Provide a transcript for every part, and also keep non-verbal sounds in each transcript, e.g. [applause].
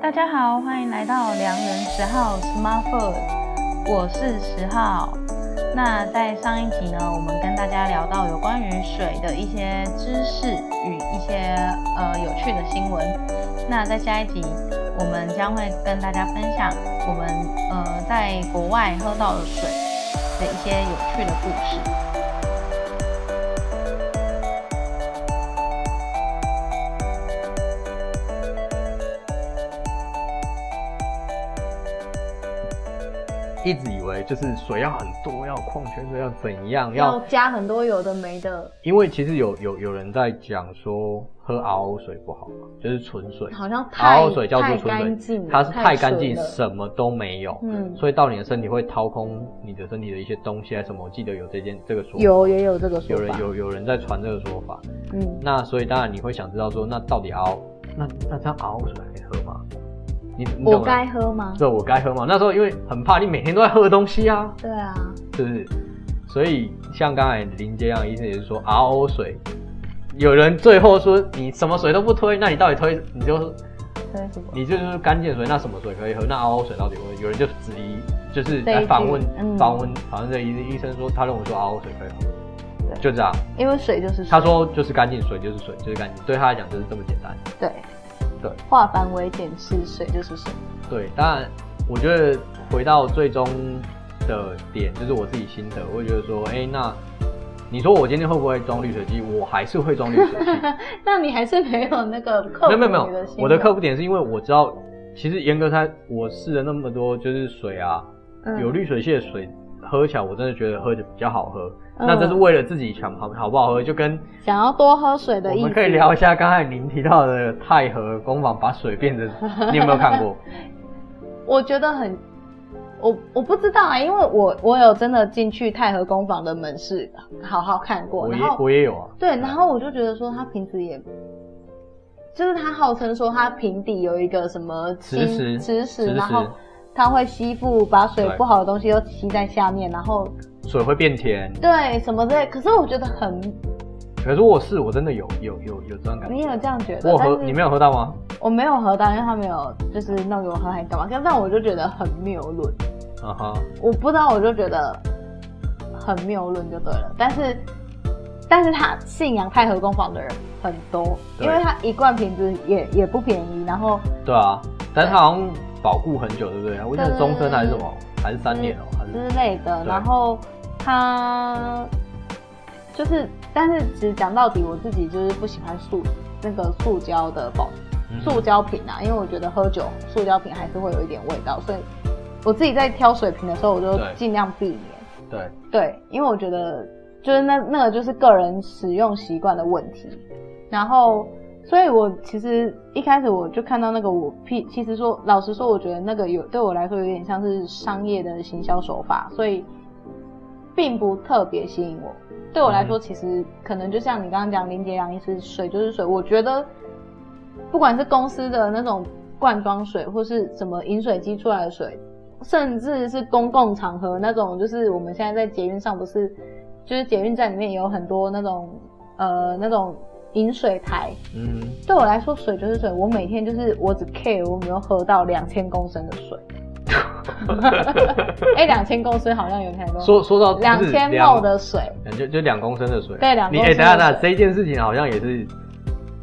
大家好，欢迎来到良人十号 Smart Food，我是十号。那在上一集呢，我们跟大家聊到有关于水的一些知识与一些呃有趣的新闻。那在下一集，我们将会跟大家分享我们呃在国外喝到的水的一些有趣的故事。一直以为就是水要很多，要矿泉水要怎样，要要加很多有的没的，因为其实有有有人在讲说喝 RO 水不好嘛，就是纯水好像太，RO 水叫做太纯干水净，了，它是太干纯净，了什么都没有，嗯，所以到你的身体会掏空你的身体的一些东西啊什么。我记得有这件这个说法，有也有这个说有人法，有有人在传这个说法，嗯，那所以当然你会想知道说，那到底 RO 那那这样 RO 水还喝吗？你你我懂该吗？喝吗？这我该喝吗？那时候因为很怕你每天都在喝东西啊，对啊，是不是？所以像刚才林杰阳医生也是说，RO 水，有人最后说你什么水都不推，那你到底推你就是对什么？你就是干净水，那什么水可以喝？那 RO 水到底有没有有人就质疑，就是这一来句访问、嗯访问访问这医医生说，他认为说 RO 水可以喝，对就这样。因为水就是水他说就是干净水就是水就是干净，对他来讲就是这么简单。对对，化繁为简是水就是水，对，当然，我觉得回到最终的点，就是我自己心得，我会觉得说，哎、那你说我今天会不会装滤水器？我还是会装滤 [laughs] 水器。 [laughs] 那你还是没有那个克没服有没有没有你的，心我的了克服点是因为我知道，其实严格它我试了那么多，就是水啊，嗯有滤水器的水喝起来，我真的觉得喝的比较好喝。嗯那这是为了自己想好好不好喝，就跟想要多喝水的我意思，们可以聊一下刚才您提到的太和工坊把水变成，你有没有 [laughs] 看过？我觉得很，我我不知道啊，因为我我有真的进去太和工坊的门市好好看过，我然也后我也有啊。对，然后我就觉得说他瓶子也，就是他号称说他瓶底有一个什么磁吸石磁石，磁石然后它会吸附把水对不好的东西都吸在下面，然后水会变甜。对什么之类。可是我觉得很，可是我是我真的有有有有这样感你觉。有这样觉我得？有但喝，是你没有喝到吗？我没有喝到，因为他没有就是弄给我喝还干嘛？但我就觉得很谬论，啊哈，我不知道，我就觉得很谬论就对了。但是。但是他信仰太和工坊的人很多，对因为他一罐瓶子也也不便宜，然后对啊，但是它好像保固很久，对不对？我记得对嗯终身还是什么，还是三年哦、还之是类的。对然后他就是，但是其实讲到底，我自己就是不喜欢塑那个塑胶的保嗯塑胶瓶啊，因为我觉得喝酒塑胶瓶还是会有一点味道，所以我自己在挑水瓶的时候，我就对尽量避免。对对，因为我觉得就是那那个就是个人使用习惯的问题。然后，所以我其实一开始我就看到那个我屁，其实说老实说，我觉得那个有对我来说有点像是商业的行销手法，所以并不特别吸引我。对我来说，其实可能就像你刚刚讲，林杰良医师，水就是水。我觉得，不管是公司的那种罐装水，或是什么饮水机出来的水，甚至是公共场合那种，就是我们现在在捷运上不是，就是捷运站里面也有很多那种呃那种饮水台。嗯，对我来说，水就是水，我每天就是我只 care 我有没有喝到两千公升的水。 [laughs] 哎、0两千公升好像有点多，说说到两千 ml 的水，就就两公升的水，对两你公哎、升等一下的等一水下，这件事情好像也是，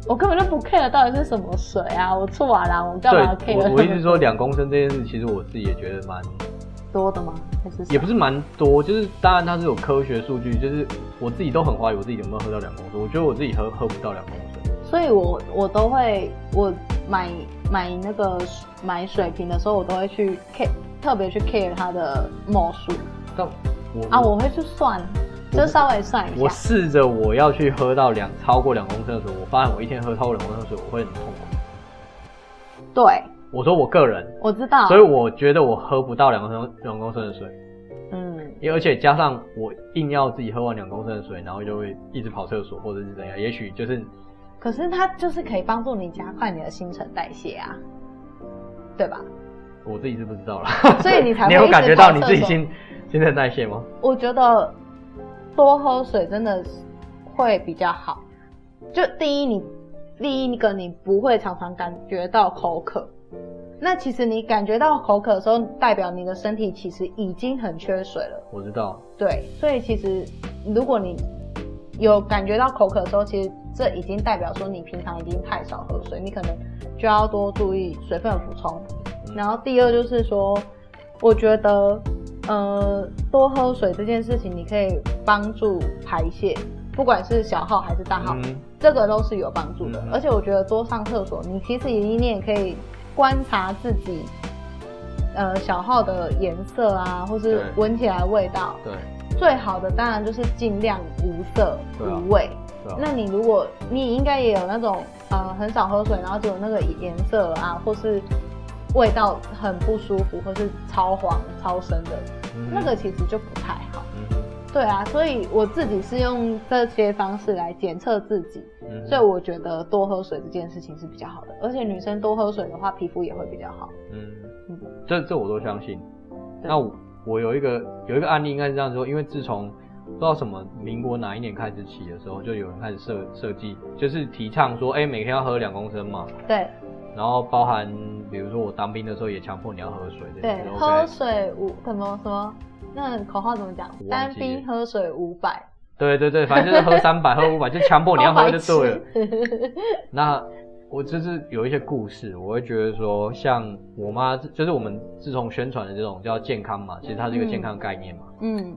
我根本就不 care 到底是什么水啊，我错啊啦，我干嘛对 care 那我么我一直说两公升这件事，其实我自己也觉得蛮 [laughs] 多的吗？还是也不是是蛮多，就是当然它是有科学数据，就是我自己都很怀疑我自己有没有喝到两公升，我觉得我自己喝喝不到两公升，所以我我都会我买买那个买水瓶的时候，我都会去 care 特别去 care 它的墨数但我啊，我会去算，就稍微算一我下。试着我要去喝到两超过两公升的水，我发现我一天喝超过两公升的水，我会很痛苦。对，我说我个人，我知道。所以我觉得我喝不到两公升两公升的水，嗯，也而且加上我硬要自己喝完两公升的水，然后就会一直跑厕所或者是怎样，也许就是可是它就是可以帮助你加快你的新陈代谢啊，对吧？我自己是不知道了。哦所以你才会 [laughs] 你有感觉到你自一直己跑厕所新新陈代谢吗？我觉得多喝水真的会比较好。就第一你，第一个你不会常常感觉到口渴，那其实你感觉到口渴的时候，代表你的身体其实已经很缺水了。我知道，对，所以其实如果你有感觉到口渴的时候，其实这已经代表说你平常已经太少喝水，你可能就要多注意水分的补充。然后第二就是说，我觉得呃多喝水这件事情，你可以帮助排泄，不管是小号还是大号，嗯这个都是有帮助的。嗯而且我觉得多上厕所，你其实也你也可以观察自己。呃，小号的颜色啊，或是对闻起来的味道，对，啊最好的当然就是尽量无色、对啊无味。对啊，那你如果你应该也有那种呃很少喝水，然后只有那个颜色啊，或是味道很不舒服，或是超黄超深的，嗯那个其实就不太好。嗯对啊，所以我自己是用这些方式来检测自己，嗯所以我觉得多喝水这件事情是比较好的，而且女生多喝水的话，皮肤也会比较好。嗯嗯，这这我都相信。对那我我有一个有一个案例，应该是这样说，因为自从不知道什么民国哪一年开始起的时候，就有人开始设设计，就是提倡说，哎、每天要喝两公升嘛，对然后包含比如说我当兵的时候也强迫你要喝水，对， o 喝 k 水五什么什么，那口号怎么讲我忘记？单兵喝水五百。对对对，反正就是喝三百喝五百，就强哦迫你要喝就对哦了。 [laughs] 那我就是有一些故事，我会觉得说，像我妈，就是我们自从宣传的这种叫健康嘛，其实它是一个健康概念嘛。 [laughs] [laughs] 嗯，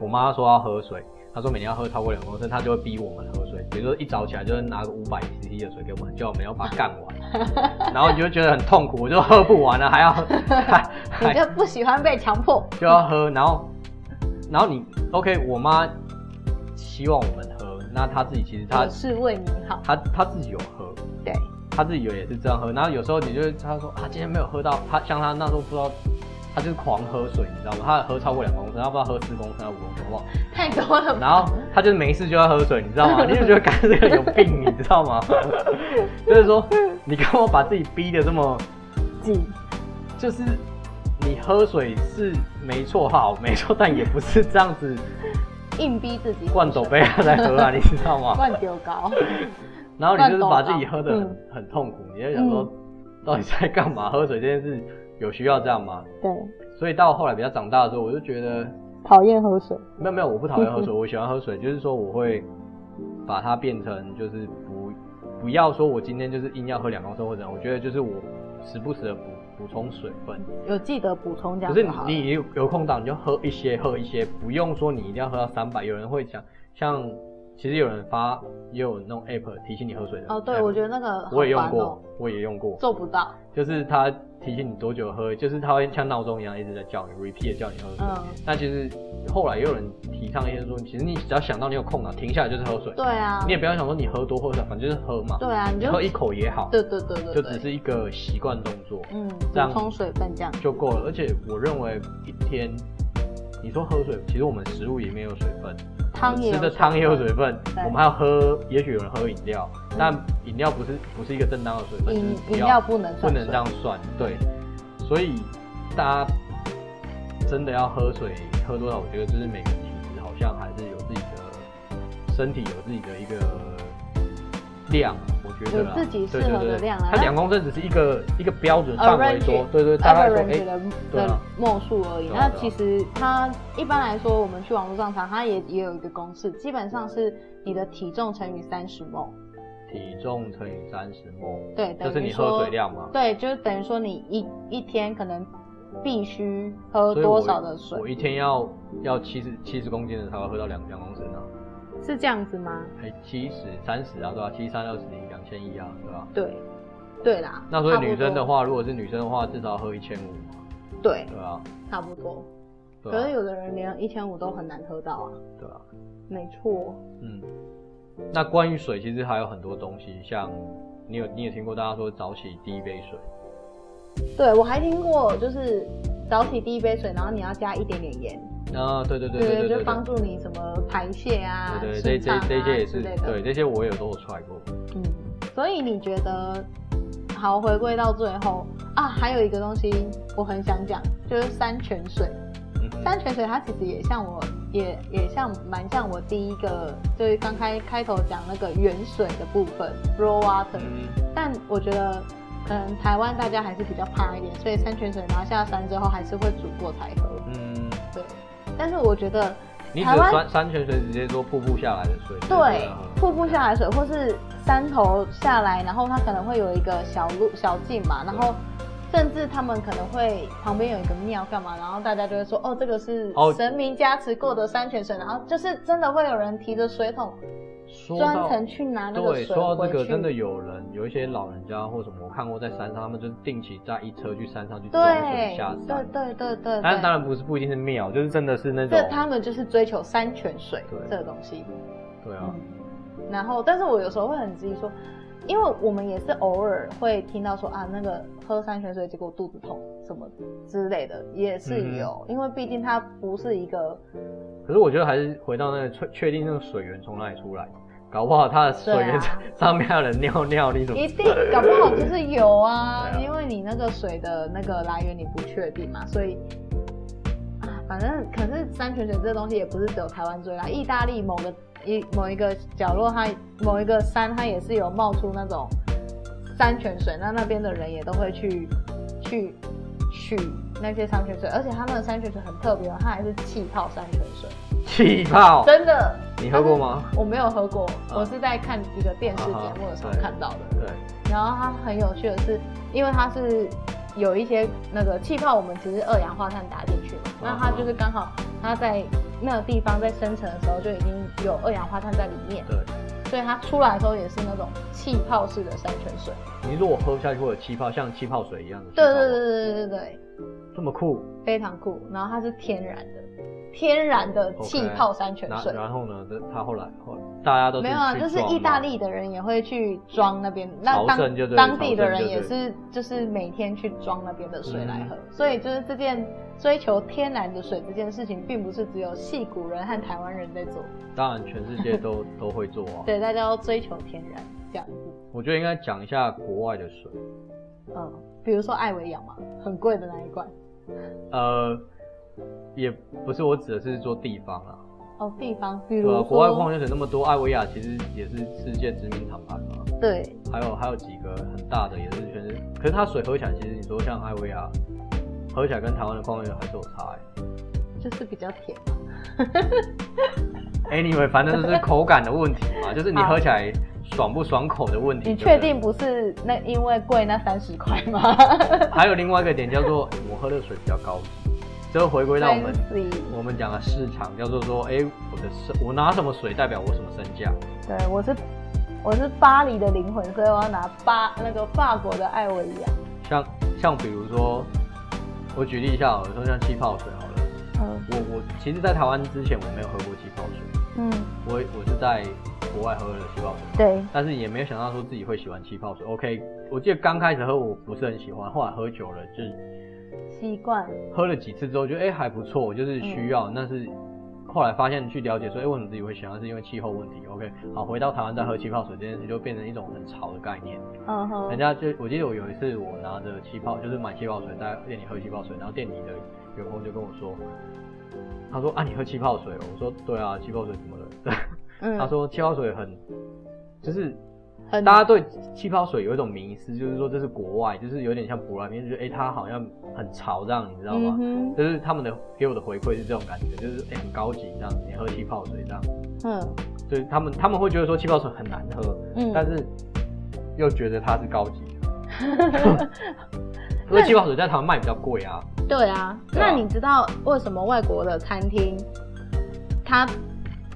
我妈说要喝水，她说每天要喝超过两公升，她就会逼我们喝水。比如说一早起来就是拿个五百 CC 的水给我们，叫我们要把它干完，然后你就觉得很痛苦，我就喝不完了，还要喝 [laughs] 还你就还不喜欢被强迫。就要喝，然后然后你 OK，我妈希望我们喝，那她自己其实她我是为你好，她她自己有喝，对，她自己有也是这样喝，然后有时候你就她说啊今天没有喝到，她像她那时候不知道。她就是狂喝水，你知道吗？她喝超过两公升，她不知道喝四公升、还是五公升，忘了。太多了吧。然后他就是没事就要喝水，你知道吗？你就觉得干这个有病，你知道吗？就是说，你干嘛把自己逼得这么，挤，就是你喝水是没错好，没错，但也不是这样子硬逼自己灌酒杯啊在喝啊，你知道吗？灌丢 [laughs] 高。然后你就是把自己喝得灌酒很很痛苦，你就想说，到底在干嘛？喝水这件事有需要这样吗？对，所以到后来比较长大的时候，我就觉得讨厌喝水。没有没有，我不讨厌 [laughs] 喝水，我喜欢喝水，就是说我会把它变成就是不不要说我今天就是硬要喝两公升或者怎样我觉得就是我时不时的补补充水分，有记得补充这可样是就你好了。你有有空档你就喝一些喝一些，不用说你一定要喝到三百。有人会讲，像其实有人发也有那种 app 提醒你喝水的 app，哦，对，我觉得那个好我也用烦哦过，，我也用过，做不到。就是它提醒你多久喝，就是它会像闹钟一样一直在叫你 repeat 地叫你喝水。嗯，那其实后来也有人提倡一些说，其实你只要想到你有空啊，停下来就是喝水，对啊你，也不要想说你喝多喝少，反正就是喝嘛，对啊，你你就喝一口也好，对对对对，就对只是一个习惯动作嗯，这样补充水分这样。就够了。而且我认为一天，你说喝水，其实我们食物里面有水分，汤也吃有的汤也有水分，对嗯我们还有喝，也许有人喝饮料，但饮料不是不是一个正当的水分，饮就是不饮要料不能不算能这样算，对。所以大家真的要喝水喝多少，我觉得就是每个人体质好像还是有自己的身体有自己的一个量，我觉得啦有自己适合的量啊那对对对它哦两公升只是一个一个标准范围说 Arrange，对对，大概说 average 哎，的对的啊墨数而已。对啊那对啊其实它一般来说，我们去网络上查，它也也有一个公式，基本上是你的体重乘以三十 m 体重乘以三十公，对，这等是于你说喝水量嘛？对，就是等于说你一一天可能必须喝所以多我少的我水，一天要要七十七十公斤的才会喝到两两公升啊，是这样子吗？哎，七十三十啊，对吧、七三二十一，两千一啊，对吧、对，对啦。那所以差不多女生的，话，如果是女生的话，至少喝一千五，对，对啊，差不多。对可是啊，有的人连一千五都很难喝到啊。对啊，没错，嗯。那关于水，其实还有很多东西，像你有你也听过大家说早起第一杯水，对我还听过，就是早起第一杯水，然后你要加一点点盐，啊，对对对对对就对帮助你什么排泄啊，对对，这顺畅啊这这些也之是类的，对，这些我也有都有 try 过，嗯。所以你觉得，好，回归到最后啊，还有一个东西我很想讲，就是山泉水。嗯哼，山泉水它其实也像我，也也像蛮像我第一个，就是刚开开头讲那个原水的部分 （raw water），、嗯但我觉得可能台湾大家还是比较怕一点，所以山泉水拿下山之后还是会煮过才喝。嗯，对，但是我觉得你指台湾山山泉水直接说瀑布下来的水，对就是瀑布下来水或是山头下来，然后它可能会有一个小路小径嘛，然后甚至他们可能会旁边有一个庙干嘛，然后大家就会说哦，这个是哦神明加持过的山泉水，然后就是真的会有人提着水桶说专哦到程去拿那个对，水说到这回个，去真的有人有一些老人家或什么，我看过在山上，他们就是定期带一车去山上去装水对下对山。对对对，但对当然不是不一定是庙，就是真的是那种这他们就是追求山泉水对这个东西。对啊，然后，但是我有时候会很质疑说，因为我们也是偶尔会听到说啊，那个喝山泉水结果肚子痛什么之类的，也是有，因为毕竟它不是一个可是我觉得还是回到那个确确定那个水源从哪里出来，搞不好它的水对源啊 [laughs] 上面还有人尿尿，你怎么一？定搞不好就是有啊，对啊因为你那个水的那个来源你不确定嘛，所以啊，反正可是山泉水这东西也不是只有台湾追啦，意大利某个一某一个角落它某一个山它也是有冒出那种山泉水，那那边的人也都会去去取那些山泉水，而且他们的山泉水很特别哦，它还是气泡山泉水，气泡，真的。哦你喝过吗？我没有喝过，啊我是在看一个电视节目的时候啊哈对看到的。对，然后它很有趣的是，因为它是有一些那个气泡，我们只是二氧化碳打进去嘛，嗯那它就是刚好它在那个地方在生成的时候就已经有二氧化碳在里面，对，所以它出来的时候也是那种气泡式的山泉水。你如果喝下去会有气泡，像气泡水一样的气泡对吗。对对对对对，这么酷。非常酷。然后它是天然的，天然的 OK 气泡山泉然水。然后呢？这他后来后大家都是没有啊，去就是装意大嘛利的人也会去装那边，那朝当圣就对当地朝的圣人就也对是就是每天去装那边的水来嗯喝，所以就是这件追求天然的水这件事情，并不是只有戏骨人和台湾人在做，当然全世界 [laughs] 都都会做啊。对，大家要追求天然这样子，我觉得应该讲一下国外的水，嗯，比如说艾维养嘛，很贵的那一罐，呃，也不是我指的是说地方啊，哦，地方，比对如啊说国外矿泉水那么多，艾维亚其实也是世界知名厂牌嘛，对，还有还有几个很大的也是全是，可是它水喝起来，其实你说像艾维亚，喝起来跟台湾的矿泉水还是有差、欸。就是比较甜嘛，欸 Anyway，反正就是口感的问题嘛，就是你好喝起来爽不爽口的问题。你对确不对定不是那因为贵那三十块 [laughs] 吗？还有另外一个点叫做我喝的水比较高级，这回归到我们三十我们讲的市场，叫做说，哎、我的身我拿什么水代表我什么身价。对，我是我是巴黎的灵魂，所以我要拿巴那个法国的艾维亚。像像比如说，我举例一下好了，我说像气泡水好了，嗯我我其实，在台湾之前我没有喝过气泡水，嗯，我我是在国外喝的气泡水，对，但是也没有想到说自己会喜欢气泡水。OK，我记得刚开始喝我不是很喜欢，后来喝久了就是习惯。喝了几次之后，觉得哎、还不错，我就是需要，但是后来发现去了解说，哎、为什么自己会喜欢，是因为气候问题。OK，好，回到台湾再喝气泡水这件事，就变成一种很潮的概念。嗯人哼，家就我记得我有一次我拿着气泡，就是买气泡水在店里喝气泡水，然后店里的员工就跟我说，他说啊你喝气泡水、哦，我说对啊，气泡水怎么了？嗯他说气泡水很，就是很大家对气泡水有一种迷思，就是说这是国外，就是有点像舶来品，就是哎、它好像很潮这样，你知道吗？嗯就是他们的给我的回馈是这种感觉，就是、哎很高级这样，你喝气泡水这样，哼，嗯就是他们他们会觉得说气泡水很难喝，嗯但是又觉得它是高级 [laughs] 的，因为气泡水在台湾卖比较贵啊，对啊。对啊那你知道为什么外国的餐厅，它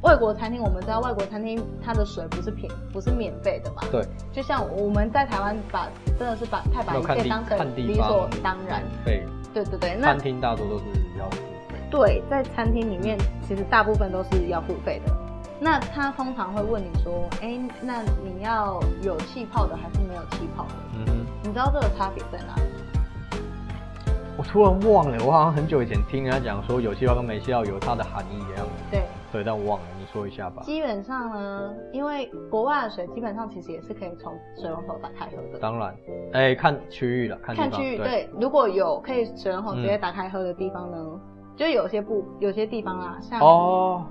外国餐厅我们知道外国餐厅它的水不是便不是免费的嘛？对，就像我们在台湾把真的是把太把要一看切地当成看地理方嗯所，当然。对，对对对，那餐厅大多都是要付费，对，在餐厅里面，其实大部分都是要付费的。那他通常会问你说：“哎，那你要有气泡的还是没有气泡的嗯哼，？”你知道这个差别在哪里？我突然忘了，我好像很久以前听人家讲说有气泡跟没气泡有它的含义一样，对，对，但我忘了，你说一下吧。基本上呢，因为国外的水基本上其实也是可以从水龙头打开喝的。当然，哎、看区域了，看地看方区域，对，嗯对，如果有可以水龙头直接打开喝的地方呢，就有些不有些地方啊，像哦。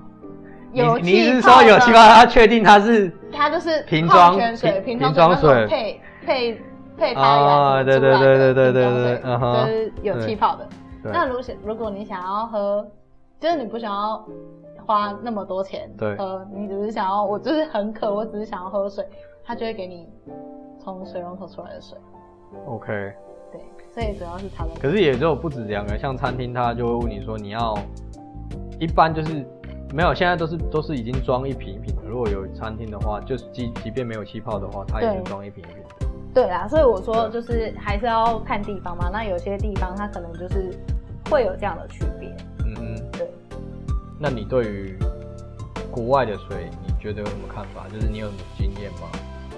你有你气是泡说的有气泡，他确定它是它就是瓶装矿泉水、瓶瓶装瓶装水那水哦种配配配方啊，对对对对对对对，嗯就哼，是有气泡的。对那如果如果你想要喝，就是你不想要花那么多钱对喝，你只是想要，我就是很渴，我只是想要喝水，他就会给你从水龙头出来的水。 ，OK。对，所以主要是茶的。可是也就不止两个，像餐厅他就会问你说你要，一般就是没有，现在都是都是已经装一瓶一瓶的。如果有餐厅的话，就是即即便没有气泡的话，它也是对装一瓶一瓶的。对啦，所以我说就是还是要看地方嘛。那有些地方它可能就是会有这样的区别。嗯哼，对。那你对于国外的水，你觉得有什么看法？就是你有什么经验吗？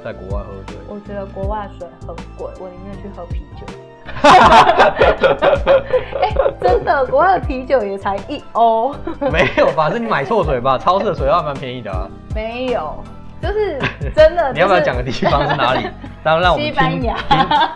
在国外喝水？我觉得国外水很贵，我宁愿去喝啤酒。 [laughs] 哎、真的，国外的啤酒也才一欧， [laughs] 没有吧？是你买错水吧？超市的水还蛮便宜 [laughs] 的啊。没有， [laughs] 就是真的。你要不要就是讲个地方是哪里？ [laughs] 然后让我们西班听牙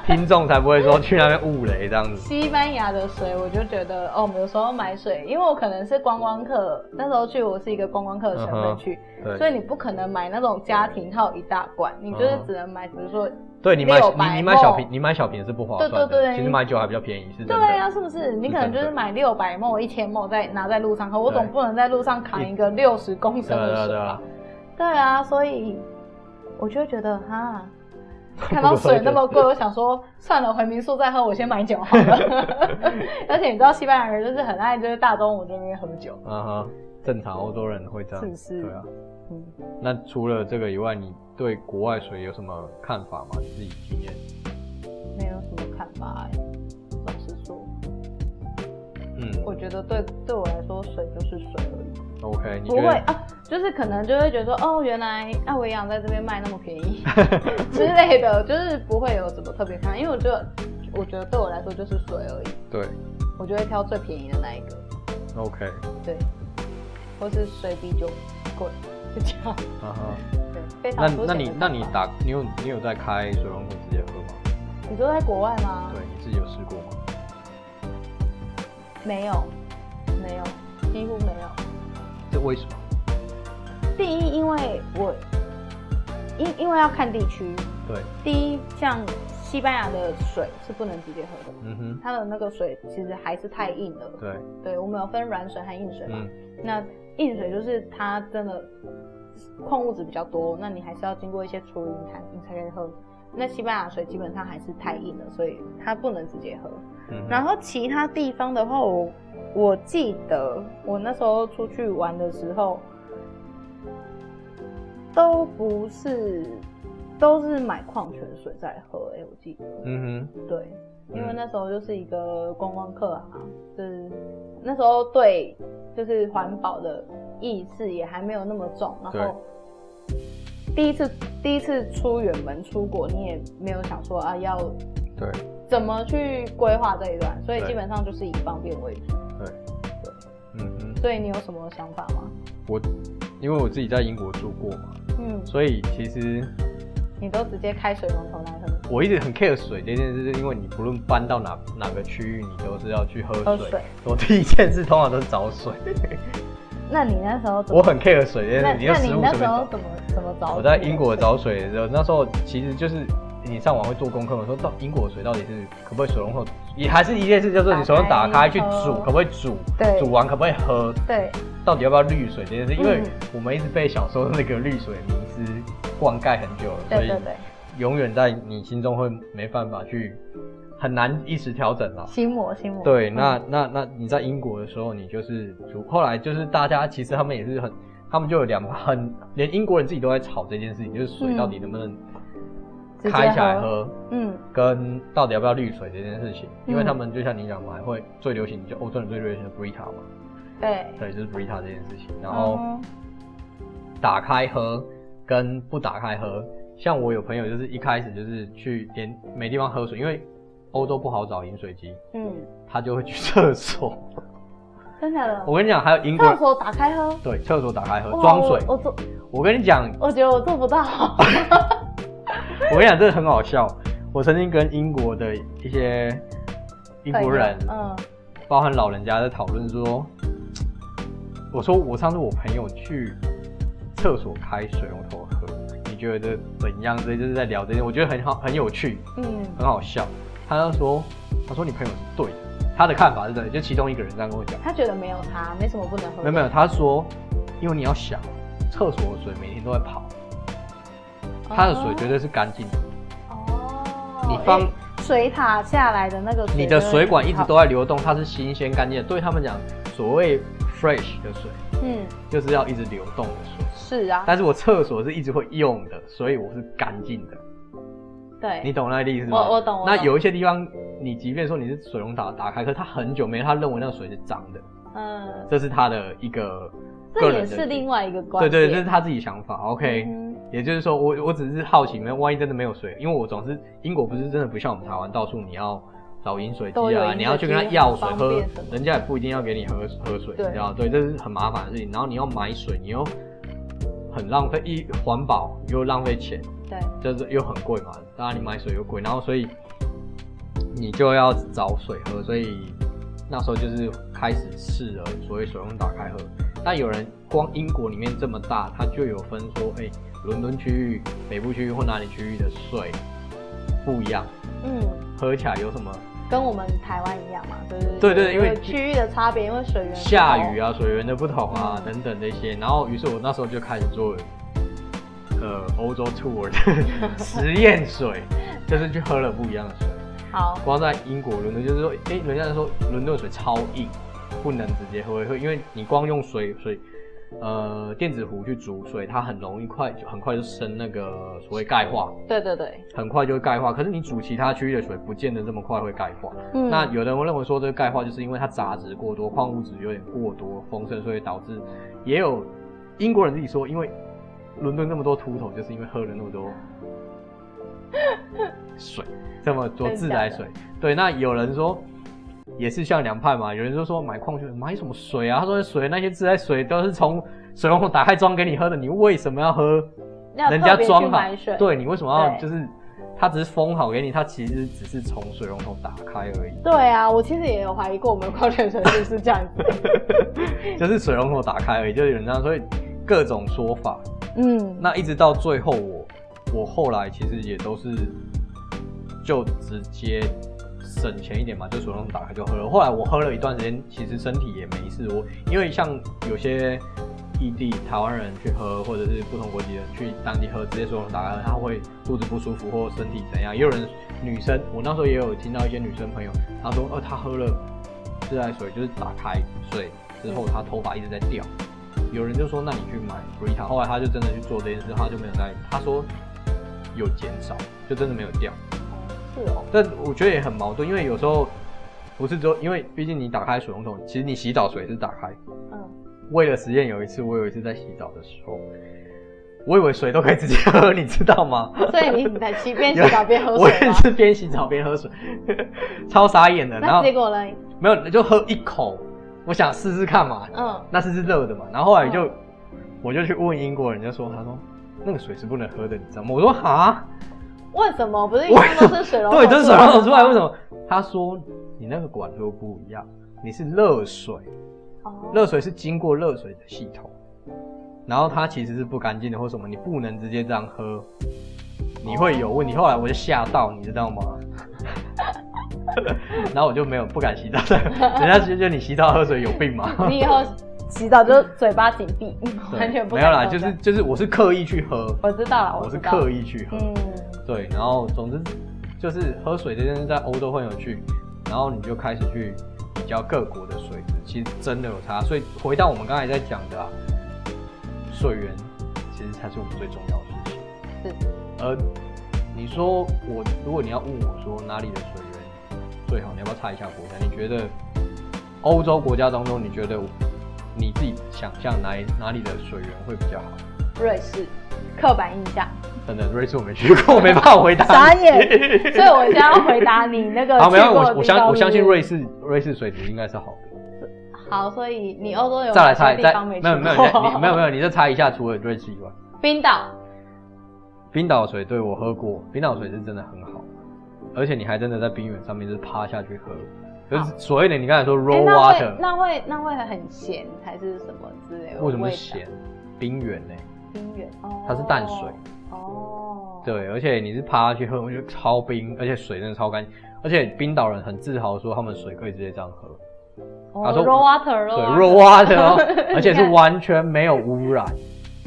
听听众才不会说去那边误雷这样子。西班牙的水，我就觉得哦，我们有时候买水，因为我可能是观光客，那时候去我是一个观光客的身嗯哼份去对所以你不可能买那种家庭号一大罐，你就是只能嗯买，比如说，对你买六你百你买小梦瓶，你买小瓶是不划算的。对对对其实买酒还比较便宜，是真的。对啊，是不是？你可能就是真的买六百沫、一千沫在拿在路上喝，我对总不能在路上扛一个六十公升对啊对啊的对水啊吧？，对啊，所以我就会觉得哈，看到水那么贵，我想说算了，回民宿再喝，我先买酒好了。而且你知道西班牙人就是很爱，就是大中午这边喝酒。啊哈，正常欧洲人会这样，是不是对啊。嗯，那除了这个以外，你对国外水有什么看法吗？你自己经验？没有什么看法、欸。老实说，嗯我觉得对对我来说，水就是水而已， ，OK，你不觉会得？啊，就是可能就会觉得哦，原来艾维养在这边卖那么便宜之类的，就是不会有什么特别看，因为我觉得我觉得对我来说就是水而已，对我就会挑最便宜的那一个。 ，OK，对，或是水比酒贵，就这样。啊哈。对，非那常肤那浅的你看那你法打你有你有在开水龙头直接喝吗？你说在国外吗对？，你自己有试过吗？没有，没有，几乎没有。这为什么？第一，因为我因因为要看地区。对，第一，像西班牙的水是不能直接喝的，嗯哼，它的那个水其实还是太硬了。对，对，我们有分软水和硬水嘛。嗯，那硬水就是它真的矿物质比较多，那你还是要经过一些处理，你才你才可以喝。那西班牙水基本上还是太硬了，所以它不能直接喝。嗯哼然后其他地方的话，我我记得我那时候出去玩的时候，都不是都是买矿泉水在喝、哎，我记得嗯对，因为嗯那时候就是一个观光客啊，就是那时候对就是环保的意识也还没有那么重，然对后第一次第一次出远门出国，你也没有想说啊要哼，对怎么去规划这一段，所以对基本上就是以方便为主。对，嗯哼。所以你有什么想法吗？我因为我自己在英国住过嘛，嗯，所以其实你都直接开水龙头来喝我一直很 care 水这件事，是因为你不论搬到哪哪个区域，你都是要去喝水。喝水。我第一件事通常都是找水，那你那时候怎我么？很 care 水这那件事，就那食你物那随便时候找。怎么怎么找？我在英国找水的时候，那时候其实就是你上网会做功课嘛，说到英国的水到底是可不可以水龙头，也还是一件事，就是你手龙打打开开去煮，喝可不可以煮，对煮完可不可以喝，对到底要不要滤水这件事，因为嗯我们一直被小时候那个滤水迷思灌溉很久了，所对以对对，永远在你心中会没办法去，很难一时调整啦。心魔心魔。对，嗯那那那你在英国的时候，你就是主后来就是大家其实他们也是很，他们就有两个很，连英国人自己都在吵这件事情，就是水嗯到底能不能直接开起来喝喝，嗯跟到底要不要滤水这件事情，因为嗯他们就像你讲嘛，会最流行就欧洲人最流行的 Brita 嘛，对，对，就是 Brita 这件事情，然后。嗯打开喝跟不打开喝。像我有朋友就是一开始就是去连没地方喝水，因为欧洲不好找饮水机，嗯，他就会去厕所。 [laughs] 真假的我跟你讲，还有英国厕所打开喝，对厕所打开喝哇装水。我我做，我跟你讲，我觉得我做不到。我跟你讲，这很好笑。我曾经跟英国的一些 [laughs] 英国人， [laughs] 嗯包含老人家在讨论说，我说我上次我朋友去厕所开水龙头喝，你觉得怎样？这就是在聊这些，我觉得很好，很有趣，嗯很好笑。他就说，他说你朋友是对的，他的看法是对的，就其中一个人这样跟我讲。他觉得没有他没什么不能喝，没有没有，他说，因为你要想，厕所的水每天都在跑，他的水绝对是干净的，哦，你放诶水塔下来的那个，你的水管一直都，在流动，它是新鲜干净的。对他们讲，所谓 fresh 的水，嗯，就是要一直流动的水。是啊，但是我厕所是一直会用的，所以我是干净的。对，你懂那个意思吗？我我懂我懂那有一些地方，你即便说你是水龙头打开，可是他很久没，他认为那个水是脏的，嗯，这是他的一个个这人也的是另外一个观对点，对，这是他自己想法。OK，、嗯也就是说我我只是好奇，没有万一真的没有水，因为我总是英国不是真的不像我们台湾到处你要找饮水都机有饮啊，水你要去跟他机要水很方喝便什么，的人家也不一定要给你喝喝水，你对知道吗？对，这是很麻烦的事情。然后你要买水，你又很浪费，一环保又浪费钱。对，就是又很贵嘛，当然你买水又贵，然后所以你就要找水喝，所以那时候就是开始试了，所谓水龙头打开喝。但有人光英国里面这么大，它就有分说，哎、伦敦区域、北部区域或哪里区域的水不一样，嗯，喝起来有什么跟我们台湾一样嘛，对对对对因为区域的差别，因为水源下雨啊，啊、水源的不同啊嗯等等这些。然后，于是我那时候就开始做呃欧洲 tour 的 [laughs] 实验水，就是去喝了不一样的水。好，光在英国伦敦，就是说，哎、人家说伦敦的水超硬，不能直接喝，会因为你光用水水，呃，电子壶去煮水，它很容易快就很快就生那个所谓钙化，对对对，很快就会钙化。可是你煮其他区域的水，不见得这么快会钙化。嗯那有人会认为说，这个钙化就是因为它杂质过多，矿物质有点过多丰盛，所以导致也有英国人自己说，因为伦敦那么多秃头，就是因为喝了那么多水，这么多自来水。对，那有人说。也是像两派嘛，有人就说买矿泉水买什么水啊？他说水那些自来水都是从水龙头打开装给你喝的，你为什么要喝要人家特别去装好买水，，对你为什么要对就是它只是封好给你，它其实只是从水龙头打开而已，对啊，我其实也有怀疑过我们的矿泉水是不是这样子， [laughs] 就是水龙头打开而已，就是有人这样，所以各种说法。嗯，那一直到最后我，我后来其实也都是就直接省钱一点嘛，就水龙头打开就喝了。后来我喝了一段时间，其实身体也没事。我因为像有些异地台湾人去喝，或者是不同国籍的人去当地喝，直接水龙头打开喝，他会肚子不舒服或身体怎样。也有人女生，我那时候也有听到一些女生朋友，她说哦，她喝了自来水，就是打开水之后，她头发一直在掉。有人就说，那你去买 Brita，后来他就真的去做这件事，他就没有在，他说有减少，就真的没有掉。是哦，但我觉得也很矛盾，因为有时候不是只有，因为毕竟你打开水龙头，其实你洗澡水是打开。嗯，为了实验，有一次我有一次在洗澡的时候，我以为水都可以直接喝， [laughs] 你知道吗？所以你你在洗边洗澡边喝 [laughs] 我水也吗？是边洗澡边喝水， [laughs] 超傻眼的。然那后结果呢？没有，就喝一口，我想试试看嘛，嗯，那是是热的嘛。然后后来就、我就去问英国人，就说他说那个水是不能喝的，你知道吗？我说哈，为什么不是一般都是水龙头？对，就是水龙头出来，为什？么？他说你那个管又不一样，你是热水，哦，热水是经过热水的系统，然后它其实是不干净的或什么，你不能直接这样喝，你会有问题。后来我就吓到，你知道吗？ [laughs] 然后我就没有不敢洗澡， [laughs] 人家觉得你洗澡喝水有病吗？你以后洗澡就嘴巴紧闭，[laughs] 对完全不没敢有啦，动就是就是我是刻意去喝，我知道了，我是知道刻意去喝，嗯，对，然后总之就是喝水这件事在欧洲很有趣，然后你就开始去比较各国的水质，其实真的有差。所以回到我们刚才在讲的啊，水源其实才是我们最重要的事情。是，嗯而你说我，如果你要问我说哪里的水源最好，你要不要猜一下国家？你觉得欧洲国家当中，你觉得你自己想象哪一哪里的水源会比较好？瑞士刻板印象，真的，瑞士我没去过，我 [laughs] 没办法回答你。傻眼所以我现在要回答你那个 [laughs] 好，没去有，过的我我地方相我相信是不瑞是士瑞士水质应该是好的。好，所以你欧洲有再来哪些猜，地再方没没有没有去过你你没有没有，你再猜一下，除了瑞士以外，冰岛冰岛水对我喝过，冰岛水是真的很好，而且你还真的在冰原上面就是趴下去喝，就是所谓的你刚才说诶 raw 哎那会 water，那会那会很咸还是什么之类的？为什么味是道咸？冰原呢？冰原，哦它是淡水，哦，，对，而且你是趴下去喝，我觉得超冰，而且水真的超干净，而且冰岛人很自豪说他们水可以直接这样喝，哦啊他说 raw water，对 raw ，raw water water，哦 [laughs] 而且是你看完全没有污染，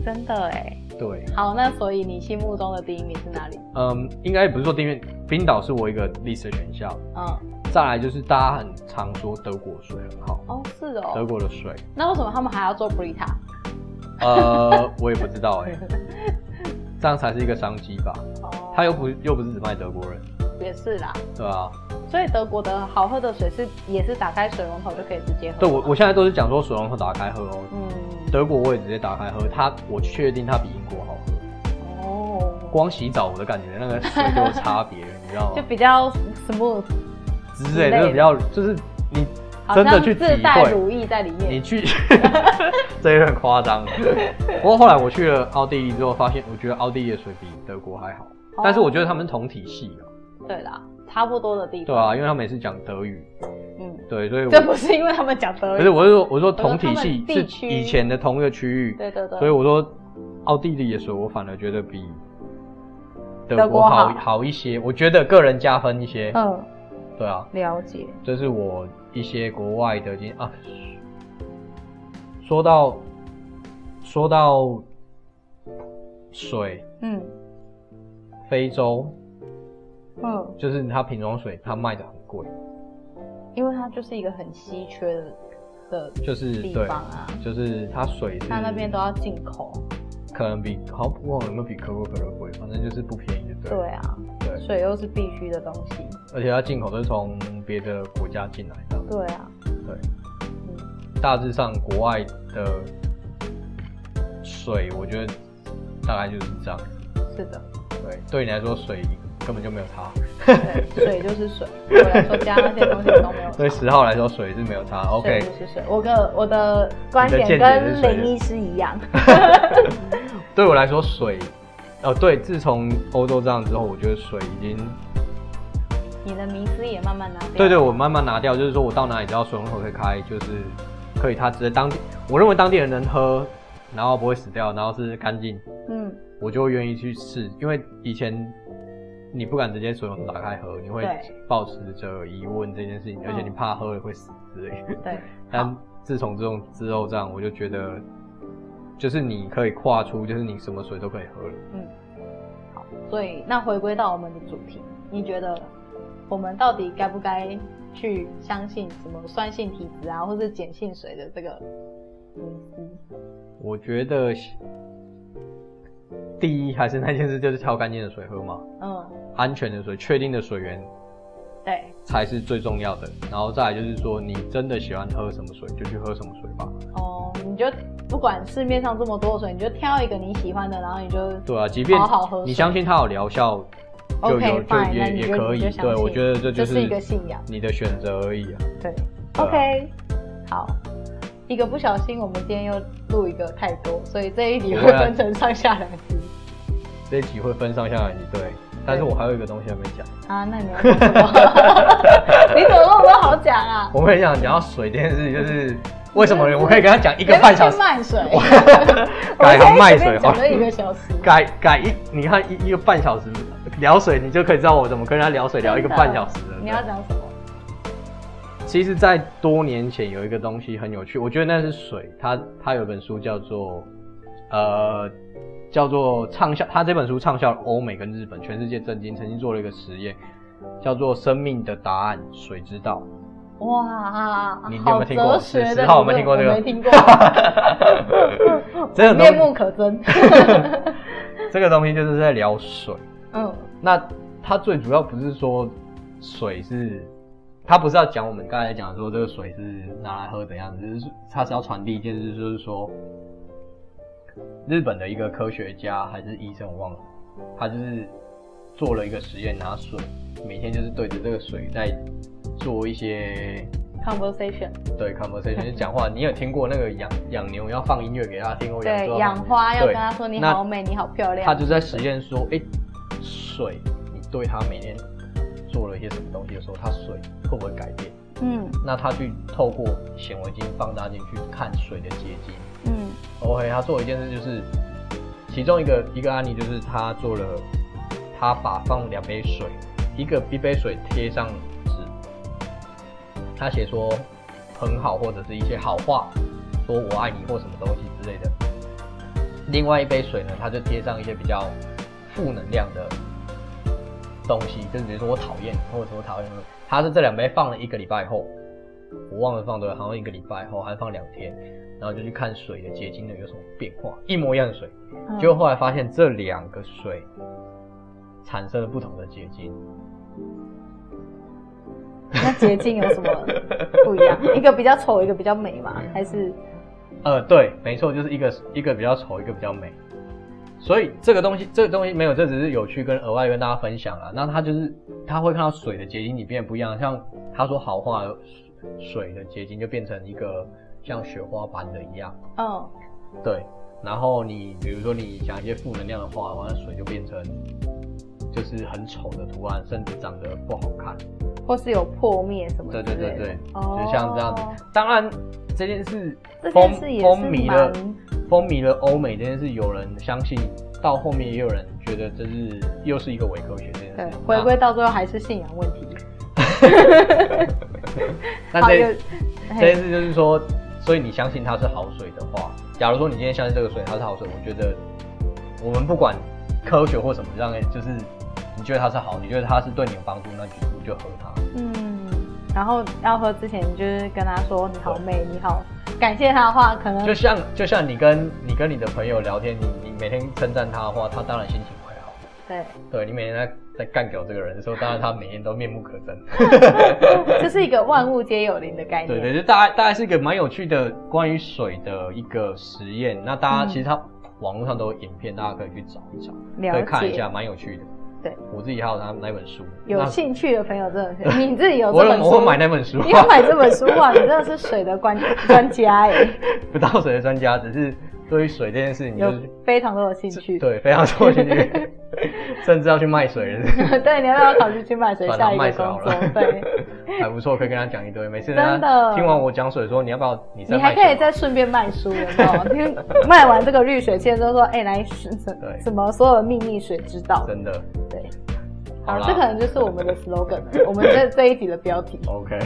真的哎。对，好，那所以你心目中的第一名是哪里？嗯，应该也不是说订阅冰岛是我一个历史的选项，嗯，再来就是大家很常说德国水很好，哦，是德哦。国的水，那为什么他们还要做 Brita？呃，我也不知道哎、这样才是一个商机吧？哦，他又不又不是只卖德国人，也是啦。对吧、啊？所以德国的好喝的水是也是打开水龙头就可以直接喝。对我我现在都是讲说水龙头打开喝哦，嗯，德国我也直接打开喝，它我确定它比英国好喝，哦，光洗澡我都感觉那个水就有差别，你知道就吗？比较 smooth，之类的比较就是你好真的像去体自带会。乳液在里你面。哦去， [laughs] [laughs] 这有点夸张。不过后来我去了奥地利之后，发现我觉得奥地利的水比德国还好，哦但是我觉得他们是同体系的，对啦，差不多的地方。对啊，因为他们也是讲德语，嗯，对，所以我这不是因为他们讲德可语。是我是说我说说同体系他们地是区以前的同一个区域，对对对。所以我说奥地利的水我反而觉得比德德国国好好好一些，我觉得个人加分一些，嗯，对啊，了解。这是我一些国外的经啊。说到说到水，嗯非洲嗯，就是它瓶装水，它卖的很贵，因为它就是一个很稀缺的的就是地对，方啊，就是它水是它那边都要进口。嗯可能比好忘了有没有比可口可乐贵，反正就是不便宜就对了。对啊，对，水又是必须的东西。而且它进口都是从别的国家进来的，对啊，对。嗯大致上国外的水，我觉得大概就是这样。是 [laughs] 的，对，对你来说水根本就没有差。对，水就是水。对我来说，加那些东西都没有差。对十号来说，水是没有差。水 OK，就是水。我的我的观你的见点解是跟水林医师一 [laughs] 样。 [laughs] 对我来说水，哦对，自从欧洲这样之后，我觉得水已经，你的迷思也慢慢拿掉。对对，我慢慢拿掉，就是说我到哪里只要水龙头可以开，就是可以它直接当地，我认为当地人能喝，然后不会死掉，然后是干净，嗯，我就会愿意去试，因为以前。你不敢直接水龙头打开喝，你会对嗯保持着疑问这件事情，而且你怕喝了会死之类的。对，但自从这种之后这样，我就觉得，就是你可以跨出，就是你什么水都可以喝了。嗯，好。所以那回归到我们的主题，你觉得我们到底该不该去相信什么酸性体质啊，或是碱性水的这个迷思？我觉得第一还是那件事，就是挑干净的水喝嘛，嗯，安全的水，确定的水源对，才是最重要的。然后再来就是说，你真的喜欢喝什么水，就去喝什么水吧。哦，你就不管市面上这么多的水，你就挑一个你喜欢的，然后你就对啊，即便好好喝水你相信它有疗效，就 OK 有就 fine，那也你就也可你以就。相对，信我觉得这这就是是一个信仰你的选择而已啊。对对啊 OK，好。一个不小心，我们今天又录一个太多，所以这一集不会会啊分成上下两集。这一集会分上下来，你对。但是我还有一个东西还没讲。啊，那你要讲什么？ [laughs] 你怎么那么多好讲啊？我跟你讲，讲到水这件事，情，就是为什么我可以跟他讲一个半小时你，要不要去卖水， [laughs] 改行卖水我好们可以随便讲了一了个小时，改改一，你看一一个半小时聊水，你就可以知道我怎么跟他聊水聊一个半小时了。啊你要讲什么？其实，在多年前有一个东西很有趣，我觉得那是水。它它有一本书叫做呃叫做畅销，它这本书畅销欧美跟日本，全世界震惊，曾经做了一个实验，叫做《生命的答案：水之道》。哇，你有没啊好有听过哲学的理十论，十号有没有听过这个，我没听过 [laughs] 真的很多面目可 [laughs] 憎。这个东西就是在聊水。嗯，那它最主要不是说水是，它不是要讲我们刚才讲说这个水是拿来喝怎样，只是它是要传递一件事，就是说日本的一个科学家还是医生，我忘了，他就是做了一个实验，拿水每天就是对着这个水在做一些 conversation，对 conversation [laughs] 就是讲话。你有听过那个养养牛要放音乐给他听过养对猪，要养放花要对跟他说你那好美，你好漂亮。他就在实验说，哎、水，你对它每天做了一些什么东西的时候，它水会不会改变？嗯那他去透过显微镜放大镜去看水的结晶。嗯 [laughs] OK，他做一件事就是，其中一个一个案例就是他做了，他把放两杯水，一个一杯水贴上纸，他写说很好或者是一些好话，说我爱你或什么东西之类的。另外一杯水呢，他就贴上一些比较负能量的东西，就是比如说我讨厌你，或者说我讨厌你。他是这两杯放了一个礼拜后，我忘了放多久，好像一个礼拜后，还放两天，然后就去看水的结晶的有什么变化，一模一样的水，嗯结果后来发现这两个水产生了不同的结晶，那捷径有什 [laughs] 么不一样？一个比较丑，一个比较美嘛？还是呃，对，没错，就是一个一个比较丑，一个比较美。所以这个东西，这个东西没有，这只是有趣跟额外跟大家分享啊。那他就是他会看到水的结晶里变不一样，像他说好话，水的结晶就变成一个像雪花般的一样，嗯对。然后你比如说你讲一些负能量的话，完了水就变成就是很丑的图案，甚至长得不好看。或是有破灭什么之对类的？对对对，哦就像这样子。当然这件事这件风事也是风靡了蛮风靡了欧美这件事，有人相信，到后面也有人觉得这是又是一个伪科学这件对事。，回归到最后还是信仰问题。那好那有这这嘿件事就是说，所以你相信它是好水的话，假如说你今天相信这个水它是好水，我觉得我们不管科学或什么样的，就是你觉得它是好，你觉得它是对你有帮助，那你就喝它。嗯，然后要喝之前就是跟他说你好美，你好，感谢他的话可能就像就像你跟你跟你的朋友聊天，你你每天称赞他的话，他当然心情会好。对， [laughs] 对你每天在在干掉这个人的时候，当然他每天都面目可憎。哎这是一个万物皆有灵的概对念。对，就大概大概是一个蛮有趣的关于水的一个实验。那大家嗯其实它网络上都有影片，大家可以去找一找，了可以看一解下，蛮有趣的。对，我自己还有拿那本书，有那兴趣的朋友真的 [laughs] 是，你自己有我这有本书，我会买那本书， [laughs] 你要买这本书哇，你真的是水的专 [laughs] 专家哎， [laughs] 不到水的专家，只是对于水这件事情，就有是非常多的兴趣。 [laughs] 对非常有兴趣，甚至要去卖水了， [laughs] 对，你要不要考虑去买水算下了，一卖个水好工了 [laughs] 作？对，，还不错，可以跟他讲一堆。每真次的他听完我讲水说你要不要，你再你还卖可以水再顺便卖书，有没有？听 [laughs] 卖完这个滤水器之后说，哎、来什对什么所有的秘密水知道？真的对，好好，啦这可能就是我们的 slogan，了我 [laughs] 们这这一集的标题。 [laughs] OK，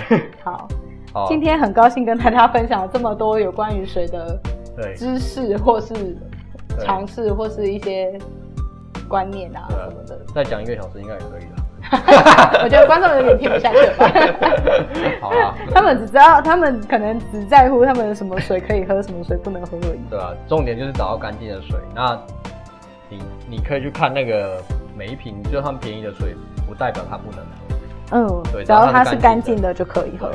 好，好，今天很高兴跟大家分享了这么多有关于水的对知识，或是对尝试，或是一些观念啊对什么的。 [laughs] 再讲一个小时应该也可以了。我觉得观众有点听不下去了 [laughs] 吧。 [laughs] 好啊啦，他们只知道，他们可能只在乎他们有什么水可以喝，什么水不能喝而已。对啊，重点就是找到干净的水。那你你可以去看那个每一瓶，就算便宜的水，不代表它不能喝。嗯，对只要它只是要它是干干净净的的就可以喝。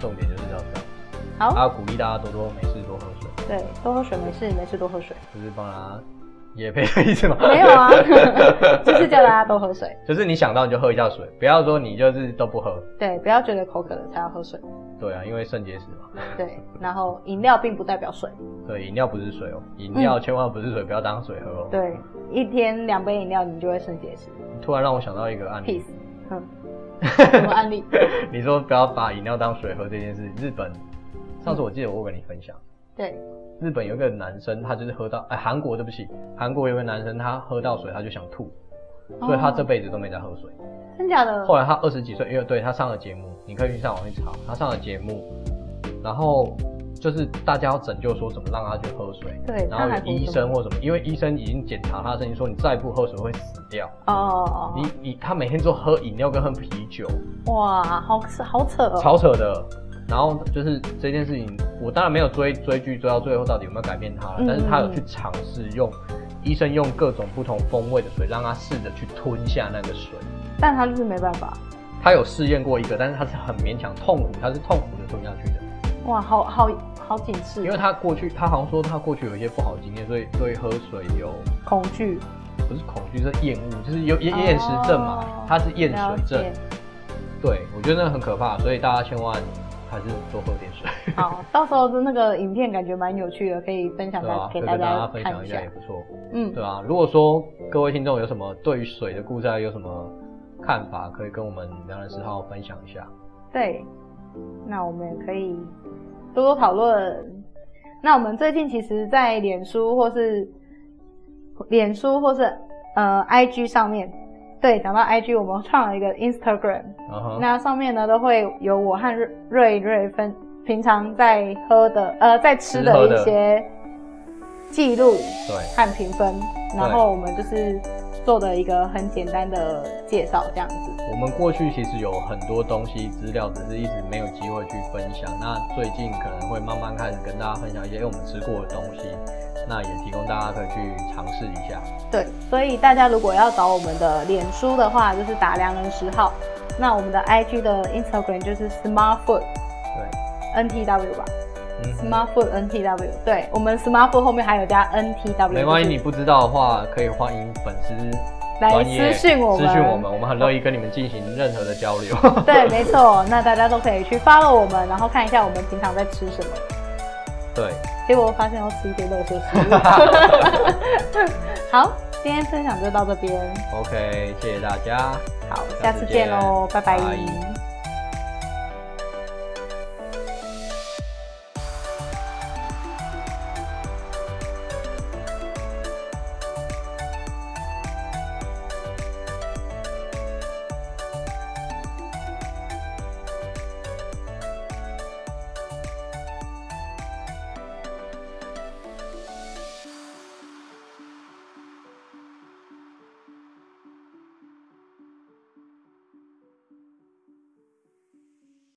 重点就是要这样。好，还有鼓励大家多多没事多喝水，对，多喝水没事，没事多喝水。就是帮他也配的意思吗？没有 [laughs] 啊， [laughs] 就是叫大家多喝水。就是你想到你就喝一下水，不要说你就是都不喝。对，不要觉得口渴了才要 [laughs] 喝水。对啊，因为肾结石嘛。对，然后饮料并不代表水。对，饮料不是水哦，饮料千万不是水，不要当水喝哦。，嗯对，一天两杯饮料你就会肾结石。突然让我想到一个案例 Peace，嗯，什么案 [laughs] 例？你说不要把饮料当水喝这件事，日本上次我记得我有跟你分享，对，日本有一个男生，他就是喝到，哎，韩国对不起，韩国有个男生，他喝到水他就想吐，哦所以他这辈子都没再喝水。真假的？后来他二十几岁，因为对他上了节目，你可以去上网去查，他上了节目，然后就是大家要拯救说怎么让他去喝水，对然他还后活有医着生吗或什么，因为医生已经检查他的身体说你再不喝水会死掉。哦哦哦你你他每天都喝饮料跟喝啤酒，哦，哇，好好扯哦。超扯的。然后就是这件事情，我当然没有追追剧追到最后到底有没有改变他了，嗯但是他有去尝试用医生用各种不同风味的水，让他试着去吞下那个水。但他就是没办法。他有试验过一个，但是他是很勉强痛苦，他是痛苦的吞下去的，哇，好好好紧致因，为他过去他好像说他过去有一些不好的经验，所以对喝水有恐惧。不是恐惧，是厌恶，就是有厌厌食症嘛哦，他是厌了水症解。对，我觉得那很可怕，所以大家千万还是多喝点水，好，到时候的那个影片感觉蛮有趣的，可以分享对啊大吧、可给以跟大大家家分看享一一下下也。不错。嗯，对啊，如果说各位听众有什么对于水的故事啊有什么看法，可以跟我们良人四号分享一下。对，那我们也可以多多讨论。那我们最近其实，在脸书或是脸书或是呃 IG 上面。对，讲到 IG，我们创了一个 Instagram，、嗯哼 [laughs] 那上面呢都会有我和瑞瑞瑞分平常在喝的呃在吃吃的喝的一些记录对，和评分，然后我们就是做的一个很简单的介绍这样子。我们过去其实有很多东西资料，只是一直没有机会去分享。那最近可能会慢慢开始跟大家分享一些、哎我们吃过的东西，那也提供大家可以去尝试一下。对，所以大家如果要找我们的脸书的话，就是打良人十号。那我们的 IG 的 Instagram 就是 Smart Food 对， NTW 吧嗯哼，Smart Food NTW。对，我们 Smart Food 后面还有加 NTW，没关系，就是你不知道的话，可以欢迎粉丝来专业私讯我们。私讯我们，我们很乐意跟你们进行任何的交流。 [laughs] 对，没错，那大家都可以去 follow 我们，然后看一下我们平常在吃什么。对，结果我发现要吃一些 [laughs] 热色食物。 [laughs] 好，今天分享就到这边， OK，谢谢大家，好，下下次次见见喽，拜拜拜